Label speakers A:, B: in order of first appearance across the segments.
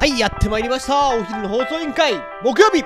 A: はい、やってまいりました。お昼の放送委員会、木曜日。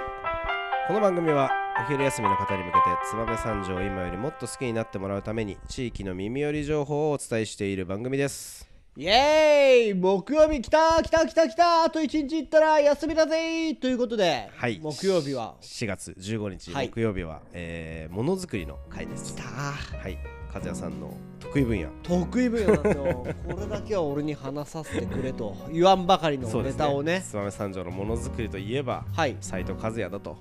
B: この番組はお昼休みの方に向けて燕三条を今よりもっと好きになってもらうために地域の耳寄り情報をお伝えしている番組です
A: イエーイ木曜日来た来た来た来たあと一日行ったら休みだぜということで、
B: はい
A: 木曜日は。
B: 4月15日
A: はい
B: 木曜日は、えーものづくりの会です
A: た
B: はい和也さんの得意分野
A: 得意分野なんです よ。これだけは俺に話させてくれと言わんばかりのネタをね。
B: 燕三条のものづくりといえば
A: はい。
B: 斎藤和也だと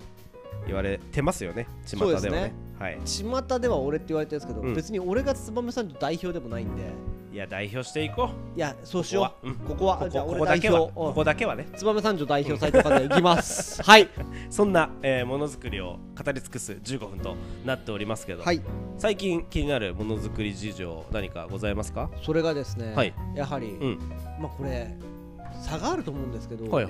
B: 言われてますよね巷では
A: そう
B: ね
A: ですね
B: はい
A: 巷では俺って言われてるんですけど、
B: うん
A: 別に俺が燕さんと代表でもないんで、
B: いや代表していこ
A: いや、そうしよ
B: ここはうん
A: う。ここは、
B: うこ
A: じゃあ
B: ここ
A: 俺
B: こだけ
A: 代
B: は
A: 表。
B: ここだけはね
A: 燕三条代表斎藤和也いきます。はい。
B: そんなえーものづくりを語り尽くす15分となっておりますけど
A: はい。
B: 最近気になるものづくり事情何かございますか
A: それがですね、
B: はい
A: やはり、
B: うん
A: まあこれ差があると思うんですけど、
B: はい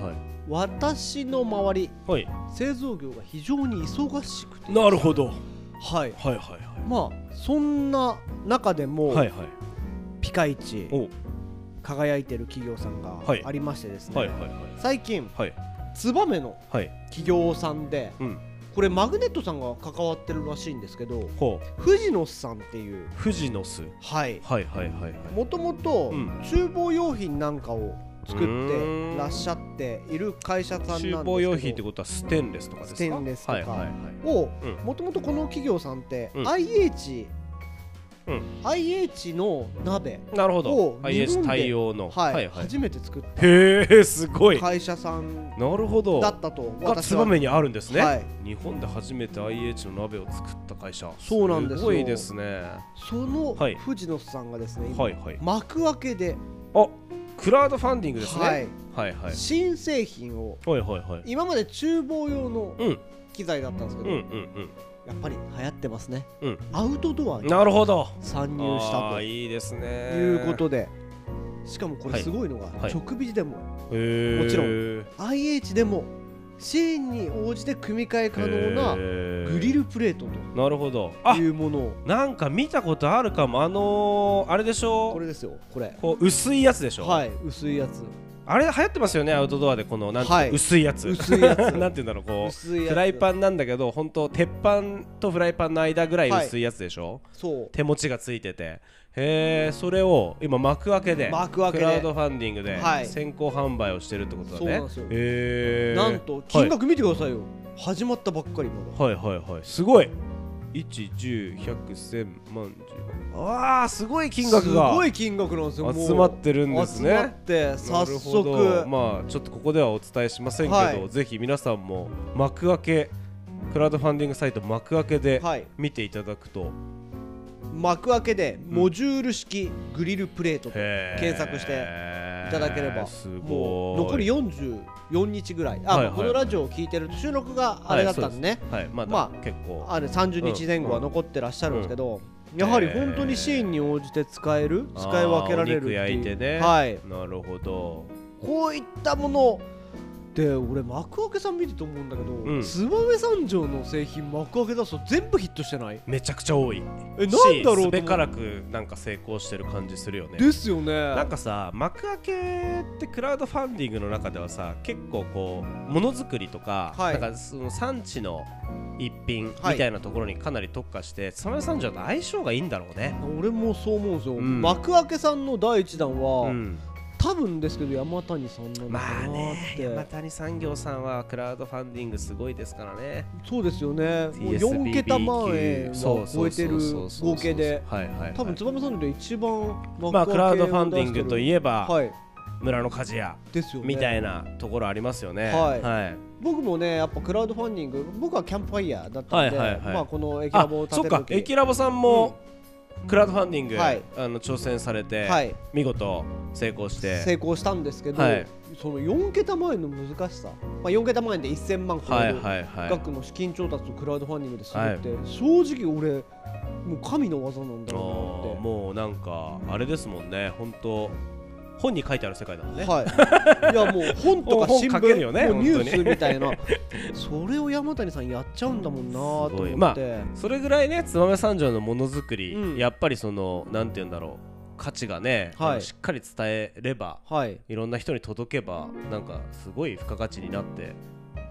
A: 私の周り
B: はい
A: 製造業が非常に忙しくて
B: なるほど
A: はい
B: はいはいは
A: まあそんな中でも、
B: はいはい
A: ピカイチ
B: お
A: 輝いてる企業さんが
B: はい
A: ありましてですね、
B: はいはい
A: 最近
B: はいはい
A: 燕の
B: はい
A: 企業さんで
B: うん
A: これマグネットさんが関わってるらしいんですけど
B: ほう
A: 藤野さんっていう
B: 富士の巣
A: はい
B: はいはいはいはい
A: もともと
B: うん
A: 厨房用品なんかを作
B: う
A: っ
B: ー
A: て
B: ん
A: らっしゃっている会社さんなんですけど
B: 厨房用品ってことはステンレスとかですか
A: ステンレスとか
B: はいはいはい
A: を
B: うん
A: もともとこの企業さんって
B: うん
A: IH、
B: うん
A: IH の鍋
B: なるほど
A: を
B: IS 対応の
A: はい、
B: はい
A: 初めて作っ
B: へえすご
A: た
B: いな
A: 会社さん
B: るほど
A: だったと
B: が
A: 私
B: ツ
A: は
B: バメにあるんですね、
A: はい
B: 日本で初めて IH の鍋を作った会社
A: そうなんですよ
B: すごいですね
A: その
B: はい
A: 藤野さんがですね、今
B: はいはい
A: 幕開けで
B: あクラウドファンディングですね、
A: はい
B: はいはい
A: 新製品を
B: はいはいはい
A: 今まで厨房用の
B: うん
A: 機材だったんですけ
B: うん
A: ど、
B: う
A: や
B: ん
A: っぱり流行ってますね、
B: うん
A: アウトドア
B: うん
A: に
B: なるほど
A: 参入した
B: あ
A: と
B: ーいいですね
A: いうことでしかもこ
B: は
A: れ
B: い
A: すごいのが、
B: はい
A: 直火でも
B: へー
A: もちろん
B: へ
A: IH でもシーンに応じて組み替え可能な
B: ー
A: グリルプレート
B: なるほど
A: と
B: あ
A: いうものを
B: なんか見たことあるかもあのー、あれでしょ
A: これですよこれ
B: こう薄いやつでしょ、
A: はい薄いやつ
B: あれ流行ってますよねアウトドアでこのなんて、
A: はい
B: 薄いやつ
A: 薄いやつ
B: なんて言うんだろうこう
A: 薄いやつ
B: フライパンなんだけど本当鉄板とフライパンの間ぐらい薄いやつでしょ、
A: そう
B: 手持ちがついててへえそれを今幕開けで
A: 幕開けで
B: クラウドファンディングで
A: はい
B: 先行販売をしてるってこと
A: そ
B: だね、
A: うなんですよ
B: へえ
A: なんと金額見てくださいよ始まったばっかりまだ
B: はい、はいはいはいすごい110100万10ああすごい金額が
A: すごい金額なんですよもう
B: 集まってるんですね
A: 集まって
B: な
A: 早
B: るほど
A: 速
B: まあちょっとここではお伝えしませんけど、
A: はい
B: ぜひ皆さんも幕開けクラウドファンディングサイト幕開けで
A: はい
B: 見ていただくと、
A: 幕開けでモジュール式グリルプレートと
B: へー
A: 検索していただければ
B: す
A: も
B: ご
A: う
B: い
A: 残り44日ぐらい
B: はい
A: あ
B: はい
A: このラジオを聞いてる収録があれだったんでね
B: はい、まだ、
A: まあ
B: 結構
A: あれ30日前後は残ってらっしゃるんですけど、やはり本当にシーンに応じて使える、使い分けられるっていう
B: あーお肉焼いてね
A: はい、
B: なるほど
A: こういったもので俺幕開けさん見てて思うんだけど、
B: うん
A: 燕三条の製品幕開け出すと全部ヒットしてない
B: めちゃくちゃ多い
A: えなんだろうと思
B: す
A: う
B: べからくなんか成功してる感じするよね
A: ですよね
B: なんかさ幕開けってクラウドファンディングの中ではさ結構こうものづくりとか,、
A: はい
B: なんかその産地の一品み
A: はい
B: たいなところにかなり特化して燕三条と相性がいいんだろうね、
A: 俺もそう思うんですよ、
B: うん
A: 幕開けさんの第一弾は、
B: うん、
A: 多分ですけど山谷さんなのか
B: まあ
A: なっ
B: ね
A: て、
B: 山谷産業さんはクラウドファンディングすごいですからね
A: そうですよねもう
B: TSBBQ
A: 4桁万円
B: そ
A: は
B: うそ
A: 超え
B: う
A: て
B: そう
A: る
B: そうそう
A: 合計で
B: はいはいはい
A: 多分燕さんで一番
B: まあクラウドファンディングとい
A: え
B: えば、
A: はい
B: 村の鍛冶屋
A: ですよね
B: みたいなところありますよね。
A: はい僕もねやっぱクラウドファンディング僕はキャンプファイヤーだったんで、
B: はいはいはい
A: まあこの駅ラ
B: あ
A: ボを、建
B: そって
A: る
B: か、
A: 時
B: エキラボさんも、クラウドファンディング、
A: はい
B: あの挑戦されて、
A: はい
B: 見事成功して。
A: 成功したんですけど、
B: はい
A: その4桁前の難しさ、まあ、4桁前で1000万超
B: は
A: え
B: い
A: る
B: はいはい。
A: 額の資金調達とクラウドファンディングでするって、正直俺もう神の技なんだ
B: あ
A: ろうな
B: ー
A: って
B: もうなんかあれですもんね、本当本に書いてある世界だもんね。
A: はい、いやもう本とか
B: 本
A: 新
B: 書ける
A: 聞、
B: よね
A: もうニュ
B: 本
A: ー
B: 当
A: ス
B: に
A: みたいなそれを山谷さんやっちゃうんだもんなと思っ
B: すご
A: て、
B: いまそれぐらいね、燕三条のものづくり、
A: うん
B: やっぱりそのなんて言うんだろう。価値がね、
A: はい
B: あのしっかり伝えれば
A: はい
B: いろんな人に届けばなんかすごい付加価値になって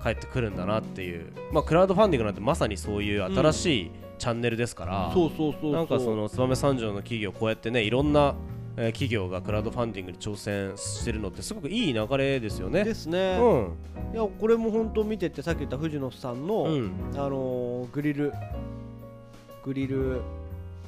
B: 帰ってくるんだなっていう、まあ、クラウドファンディングなんてまさにそういう新しいチャンネルですから、
A: そうそうそうそう
B: なんかその燕三条の企業こうやってねいろんなえー企業がクラウドファンディングに挑戦してるのってすごくいい流れですよね
A: で。すね、
B: うん、
A: いやこれも本当見ててさっき言った藤野さんの、
B: うん、
A: あのーグリルグリル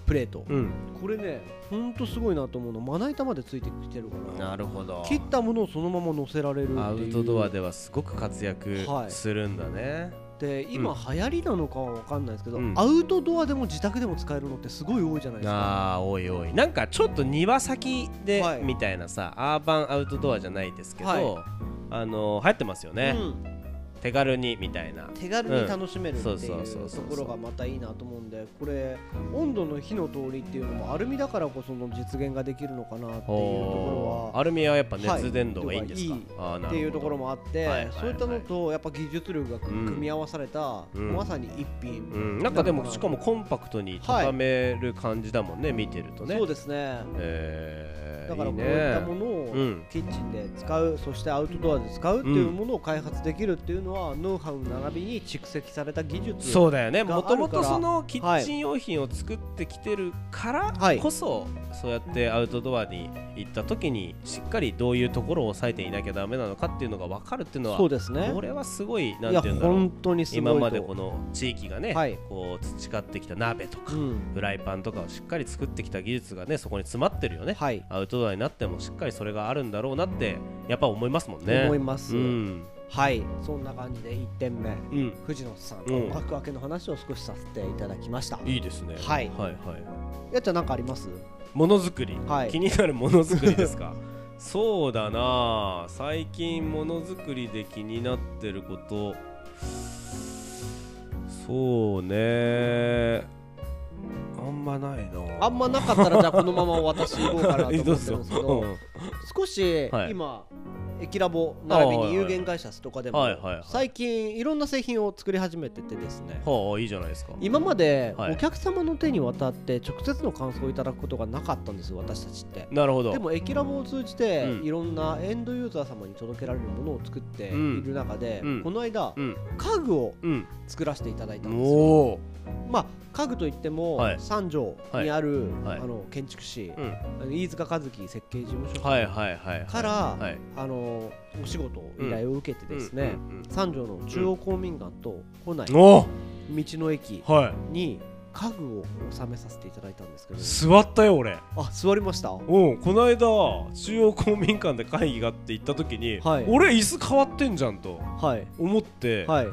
A: プレート、
B: うん、
A: これねほんとすごいなと思うのまな板までついてきてるから
B: なるほど。
A: 切ったものをそのまま乗せられるっていう
B: アウトドアではすごく活躍
A: はい
B: するんだね。
A: で今流行りなのかは分かんないですけど、
B: うん
A: アウトドアでも自宅でも使えるのってすごい多いじゃないですか
B: ああおいおいなんかちょっと庭先で
A: はい
B: みたいなさ、アーバンアウトドアじゃないですけど、
A: は
B: あの流行ってますよね、
A: うん
B: 手軽にみたいな
A: 手軽に楽しめるってい
B: うんそうそうそうう
A: と
B: そう
A: ころがまたいいなと思うんでこれ温度の火の通りっていうのもアルミだからこその実現ができるのかなっていうところは
B: アルミはやっぱ
A: はい
B: 熱伝導がいいんですか、
A: いい
B: あーなるほど
A: っていうところもあって、
B: はいはいはい
A: そういったのとやっぱ技術力が組み合わされた、
B: うん
A: まさに一品、
B: うん、なんかでもしかもコンパクトに畳める感じだもんね、見てるとね
A: そうですね
B: えー
A: だから
B: い
A: こ
B: いうね
A: いったものを
B: うん
A: キッチンで使うそしてアウトドアで使うっていうものを開発できるっていうのは、ノウハウ並びに蓄積された技術
B: そうだよね
A: があ
B: も
A: るから
B: ともとそのキッチン用品を作ってきてるから
A: はい
B: こそ、そうやってアウトドアに行った時にしっかりどういうところを抑えていなきゃダメなのかっていうのが分かるっていうのは
A: そうですね
B: これはすごいないん
A: や
B: ていうんだろう
A: 本当にすごいと
B: 今までこの地域がね、
A: はい
B: こう培ってきた鍋とか、
A: うん
B: フライパンとかをしっかり作ってきた技術がねそこに詰まってるよね、
A: はい、
B: アウトドアになってもしっかりそれがあるんだろうなってやっぱ思いますもんね
A: 思います、
B: うん
A: はいそんな感じで1点目
B: うん
A: 藤野さん
B: うん
A: の幕開けの話を少しさせていただきました、
B: いいですね
A: はい
B: はいはい
A: やっちゃん何かあります
B: ものづくり、
A: はい
B: 気になるものづくりですか そうだなあ最近ものづくりで気になってることそうねあんまないな
A: あんまなかったらじゃあこのまま私行こうかなと思って
B: え
A: るん
B: どう
A: で
B: ぞ
A: す けど
B: うん
A: 少し
B: はい
A: 今、エキラボ並び
B: あはいはい
A: に有限会社とかでも
B: はいはいはい
A: 最近いろんな製品を作り始めててですね
B: は あいいじゃないですか
A: 今まで
B: はい
A: お客様の手に渡って直接の感想をいただくことがなかったんですよ私たちって。
B: なるほど
A: でもエキラボを通じて
B: うん
A: いろんなエンドユーザー様に届けられるものを作っている中で、
B: うん
A: この間、
B: うん
A: 家具を
B: うん
A: 作らせていただいたんですよ。
B: おお
A: まあ家具といっても、
B: はい
A: 三条にある、
B: はいはい
A: あの建築士、
B: うん
A: あの飯塚和樹設計事務所
B: はいはいはいはい
A: から、
B: はい
A: あのお仕事を依頼を受けてですね、
B: うんうんうん
A: 三条の中央公民館と庫内道
B: お
A: の駅
B: おはい
A: に家具を納めさせていただいたんですけど、
B: 座ったよ俺
A: あ座りました
B: うんこの間中央公民館で会議があって行った時に、
A: はい
B: 俺椅子変わってんじゃんと
A: はい
B: 思って、
A: はい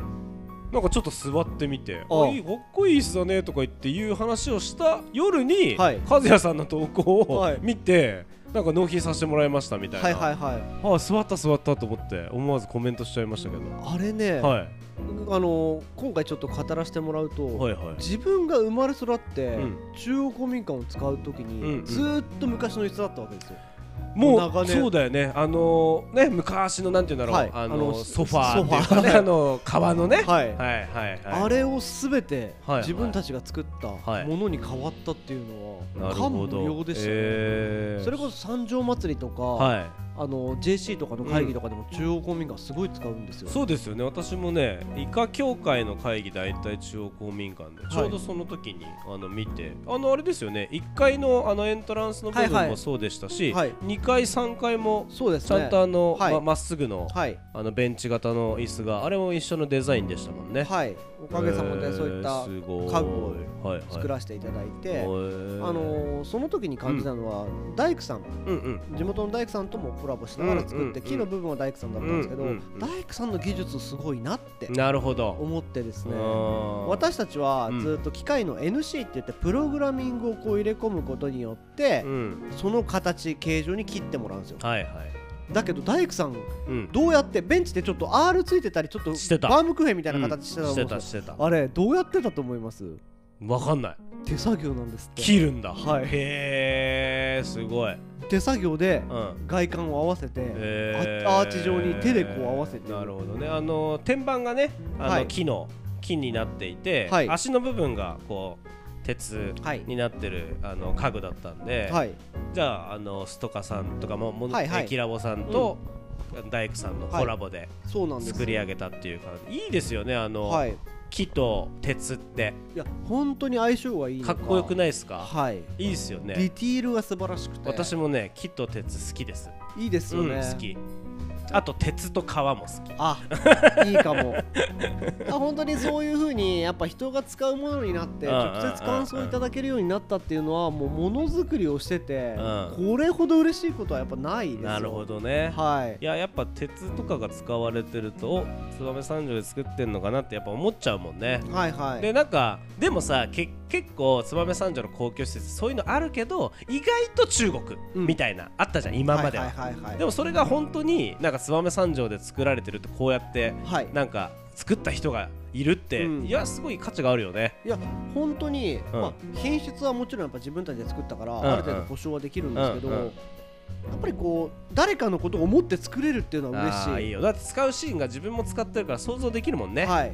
B: なんかちょっと座ってみて「
A: ああ
B: あいいかっこいい椅子だね」とか言っていう話をした夜に、
A: はい
B: 和也さんの投稿を
A: はい
B: 見て、なんか納品させてもらいましたみたいな、
A: はいはいはい
B: ああ座った座ったと思って思わずコメントしちゃいましたけど、
A: あれね、
B: はい、
A: あの今回ちょっと語らせてもらうと、
B: はいはい
A: 自分が生まれ育って、
B: うん
A: 中央公民館を使う時
B: うんう
A: に、
B: ん
A: ずーっと昔の椅子だったわけですよ
B: も
A: 長
B: う
A: 年
B: そうだよねあのね昔のなんていうんだろう、
A: はい
B: あ
A: あ
B: の
A: の
B: ソファーっていう
A: ソファ
B: か
A: ー
B: ねあの革のね、
A: はい、
B: はいはいはい
A: あれをすべて
B: はい
A: 自分たちが作った
B: はい
A: ものに変わったっていうの
B: な
A: は
B: る
A: 感無
B: ほど
A: 量でしたね、
B: えー
A: それこそ三条祭りとか、
B: はい
A: あの JC とかの会議とかでも中央公民館すごい使うんですよ、
B: そうですよね私もねイカ協会の会議大体中央公民館で、
A: い
B: ちょうどその時にあの見てあのあれですよね1階のあのエントランスの部
A: はい
B: 分
A: は
B: も
A: い
B: そうでしたし、
A: はい
B: 2階3階も
A: そうです
B: ち
A: ね
B: ゃんとあのま
A: はい
B: まっすぐの,、
A: はい
B: あのベンチ型の椅子があれも一緒のデザインでしたもんね。
A: はいおかげさま
B: え
A: で
B: ー
A: そういった
B: すご
A: 家
B: い
A: 具を
B: はいはい
A: 作らせていただいて、
B: へー
A: あのーその時に感じたのは、大工さん
B: うんうん
A: 地元の大工さんともコラボしながら作って、
B: うんうんうん
A: 木の部分は大工さんだったんですけど、
B: うんうんうん
A: 大工さんの技術すごいなって
B: なるほど。
A: 思ってです
B: あ
A: ね、
B: ー
A: 私たちは
B: うん
A: ずっと機械の NC って言ってプログラミングをこう入れ込むことによって
B: うん
A: その形形状に切ってもらうんですよ
B: はいはい。
A: だけど大工さん
B: うん
A: どうやってベンチってちょっと R ついてたりちょっとバ
B: してた
A: ームクーヘンみたいな形してたと思うんですよ
B: してたして
A: あれどうやってたと思います
B: たわかんない
A: 手作業なんですって
B: 切るんだ
A: はい
B: へえすごい
A: 手作業で
B: うん
A: 外観を合わせて
B: へー
A: あアーチ状に手でこう合わせて
B: なるほどねあの天板がねあの、
A: はい
B: 木の木になっていて、
A: はい
B: 足の部分がこう鉄
A: はい
B: になってるあの家具だったんで、
A: はい
B: じゃああのストカさんとかもも、
A: はいはい
B: えーキラボさんと、大工さんのコラボで
A: そうなんです
B: 作り上げたっていう感じ、い、いですよねあの、
A: はいい
B: 木と鉄って
A: や本当に相性がいいの
B: かっこよくないですか
A: はい
B: いいですよ
A: デ
B: ね
A: ィティールが素晴らしくて
B: 私もね木と鉄好きです
A: いいですよね、
B: うん、好きあと鉄と革も好き
A: あいいかもあ本当にそういうふうにやっぱ人が使うものになって
B: うんうんうんうん
A: 直接感想をいただけるようになったっていうのはもうものづくりをしてて、
B: う
A: これほど嬉しいことはやっぱないですよ
B: なるほどね
A: はい
B: いややっぱ鉄とかが使われてるとお燕三条で作ってんのかなってやっぱ思っちゃうもんね、
A: はいはい
B: でなんかでもさけ結構燕三条の公共施設そういうのあるけど意外と中国
A: うん
B: みたいな、あったじゃん今までは,、
A: いはいはいはい
B: でもそれが本当になんか燕三条で作られてるとこうやって
A: はい
B: なんか作った人がいるって、
A: うん
B: いやすごい価値があるよね
A: いや本当に、
B: うん
A: まあ、品質はもちろんやっぱ自分たちで作ったから、
B: んうん
A: ある程度保証はできるんですけど、
B: うんうん
A: やっぱりこう誰かのことを思って作れるっていうのは
B: あ
A: 嬉
B: ー
A: しい
B: いいよだって使うシーンが自分も使ってるから想像できるもんね、
A: はい、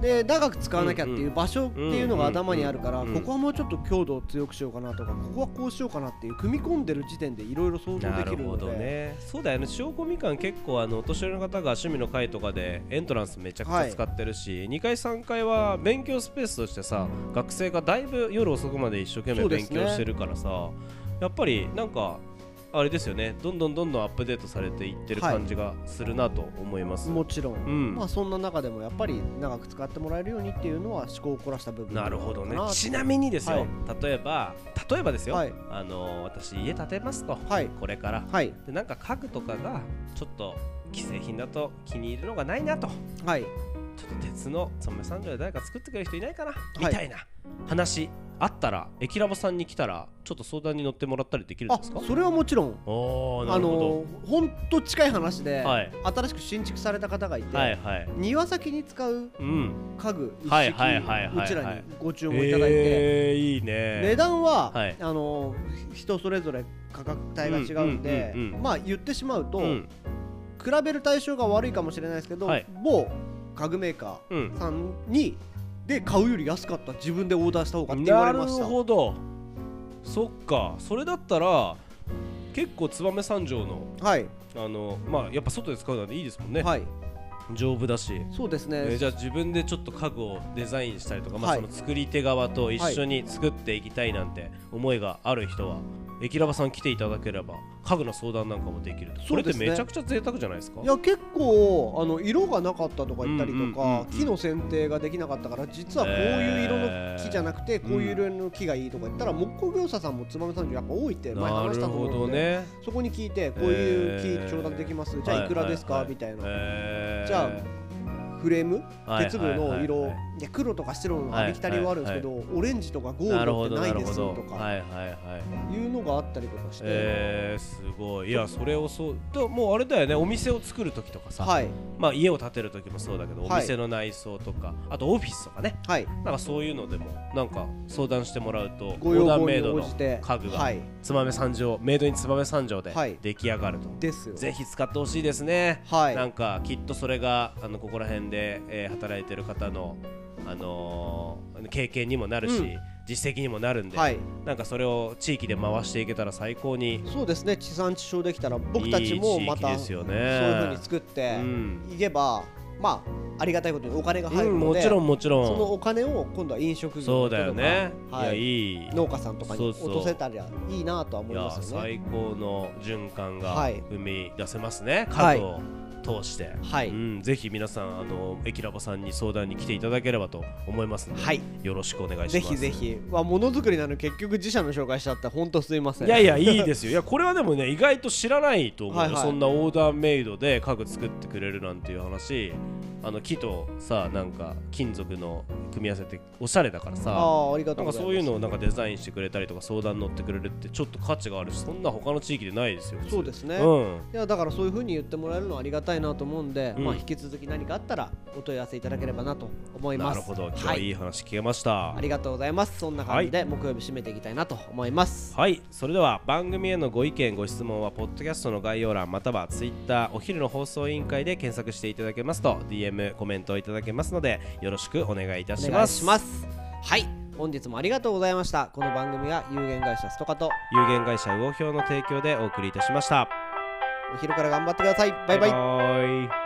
A: で長く使わなきゃって
B: うん
A: いうう場所っていうのが頭にあるから、
B: うんうん
A: ここはもうちょっと強度を強くしようかなとかここはこうしようかなっていう組み込んでる時点でいろいろ想像
B: な
A: でき
B: る
A: る
B: ほ
A: の
B: ど
A: で、
B: ねそうだよね塩子みかん結構あのお年寄りの方が趣味の会とかでエントランスめちゃくち
A: は
B: ゃ
A: い
B: 使ってるし、2階3階は勉強スペースとしてさ学生がだいぶ夜遅くまで一生懸
A: そ
B: 命
A: うで
B: 勉
A: すね
B: 強してるからさ、やっぱりなんかあれですよねどんどんどんどんアップデートされていってる
A: はい
B: 感じがするなと思います、
A: もちろん、
B: ん
A: まあ、そんな中でもやっぱり長く使ってもらえるようにっていうのは思考を凝らした部分
B: なるほどね
A: なのかな
B: ちなみにですよ、
A: はい
B: 例えば例えばですよ、
A: はい
B: あの私家建てますと、
A: はい
B: これから
A: はい
B: でなんか家具とかがちょっと既製品だと気に入るのがないなと
A: はい
B: ちょっと鉄の染め三条で誰か作ってくれる人いないかな、
A: い
B: みたいな話あったらエキラボさんに来たらちょっと相談に乗ってもらったりできるん
A: あ
B: ですか
A: それはもちろん
B: おーな
A: あ
B: るほ
A: のほんと近い話で、
B: はい
A: 新しく新築された方がいて、
B: どはいはい
A: 庭先に使う
B: うん
A: 家具一式、
B: はいはいはいはいはいう
A: ちらにご注文いただいて、
B: えー、いいね
A: 値段は、
B: はい
A: あの人それぞれ価格帯が違うんで、
B: うんうんうんうん
A: まあ言ってしまうと、
B: うん
A: 比べる対象が悪いかもしれないですけど、
B: はい
A: 某家具メーカ
B: う
A: ー
B: ん
A: さんにで買うより安かった自分でオーダーした方がって言わ
B: な
A: れ
B: る
A: ました
B: ほどそっかそれだったら結構燕三条の
A: はい、
B: あのまあやっぱ外で使うなんていいですもんね、
A: はい
B: 丈夫だし
A: そうですね、
B: えーじゃあ自分でちょっと家具をデザインしたりとか、まあ、
A: はい
B: その作り手側と一緒に作っていきたいなんて思いがある人は、エキラバさん来ていただければ家具の相談なんかもできると、こ
A: そう
B: れって
A: ですね
B: めちゃくちゃ贅沢じゃないですか
A: いや結構あの色がなかったとか言ったりとか、
B: うんうんうんうん
A: 木の剪定ができなかったから実はこういう色の木じゃなくて、こういう色の木がいいとか言ったら木工業者さんもつまみさんやっぱ多いって前
B: な
A: 話
B: る
A: したと
B: ほ
A: 思う
B: ど
A: んで、
B: ね
A: そこに聞いてこういう木調達できます、じゃあいくらですか、みたいな、じゃフレーム、
B: はい
A: 鉄分の色、
B: はいはい
A: で黒とか白のありきたりはあるんですけど、オレンジとかゴー
B: あ
A: ル
B: な
A: ド
B: るほ
A: って
B: ど
A: な
B: ないる
A: で
B: ほ
A: す
B: ど
A: とか
B: はいはいはい
A: いうのがあったりとかして、
B: えー、すごいいやそれをそうでもうあれだよねお店を作る時とかさ、
A: はい
B: まあ家を建てる時もそうだけどお
A: はい
B: 店の内装とか、あとオフィスとかね
A: はい
B: なんかそういうのでもなんか相談してもらうとオ
A: ご要
B: ーダー
A: 望
B: メ
A: に
B: イド
A: 応
B: の
A: じて
B: 家具
A: は
B: が
A: い
B: 燕三条メイドイン燕三条で
A: はい
B: 出来上がると、
A: ですよ
B: ぜひ使ってほしいですね、
A: はい
B: なんかきっとそれがあのここら辺で、えー働いてる方の、あのー経験にもなるし、
A: うん
B: 実績にもなるんで、
A: はい
B: なんかそれを地域で回していけたら最高に
A: そうですね地産地消できたら僕たちもまた
B: いい
A: そ
B: 地域です
A: うい
B: よ
A: う
B: ね
A: ふうに作っ
B: う
A: て
B: ん、
A: いけば、まあありがたいことにお金が入
B: う
A: る
B: ん
A: の
B: も
A: で、
B: ちろんもちろん
A: そのお金を今度は飲食業
B: そう
A: とか
B: だよね、、
A: はいい
B: やいい
A: 農家さんとかに
B: そう
A: 落
B: そう
A: とせたらいいなとは思
B: い
A: い
B: や
A: ますよね。
B: 最高の循環が
A: はい
B: 生み出せますね、
A: はい
B: 家具を通して、
A: はい
B: うん、ぜひ皆さんあのエキラボさんに相談に来ていただければと思いますので、
A: はい
B: よろしくお願いします
A: ぜひぜひ、まあ、ものづくりなのに結局自社の紹介しちゃって本当すいません
B: いやいやいいですよいやこれはでもね意外と知らないと思うよ、
A: はいはい
B: そんなオーダーメイドで家具作ってくれるなんていう話あの木とさなんか金属の組み合わせっておしゃれだからさ
A: ああありが
B: な
A: とう
B: ん
A: ご
B: か
A: ざいます
B: そういうのをなんかデザインしてくれたりとか相談乗ってくれるってちょっと価値があるしそんな他の地域でないですよ
A: そうですね、い
B: うん
A: やだからそういうふうに言ってもらえるのはありがたいなと思うんで、
B: うん
A: まあ、引き続き何かあったらお問い合わせいただければなと思います
B: なるほど今日はい
A: い
B: い話聞けましたは
A: あ
B: い、
A: りがとうございますそんな感じで木曜日締めていきたいなと思います
B: それでは番組へのご意見ご質問はポッドキャストの概要欄または Twitter お昼の放送委員会で検索していただけますと DM コメントをいただけますのでよろしくお願いいた
A: お
B: し
A: 願
B: ま
A: い
B: す
A: しますはい本日もありがとうございましたこの番組は有限会社ストカと
B: 有限会社魚評の提供でお送りいたしました
A: お昼から頑張ってくださいバイバイ
B: バイバイ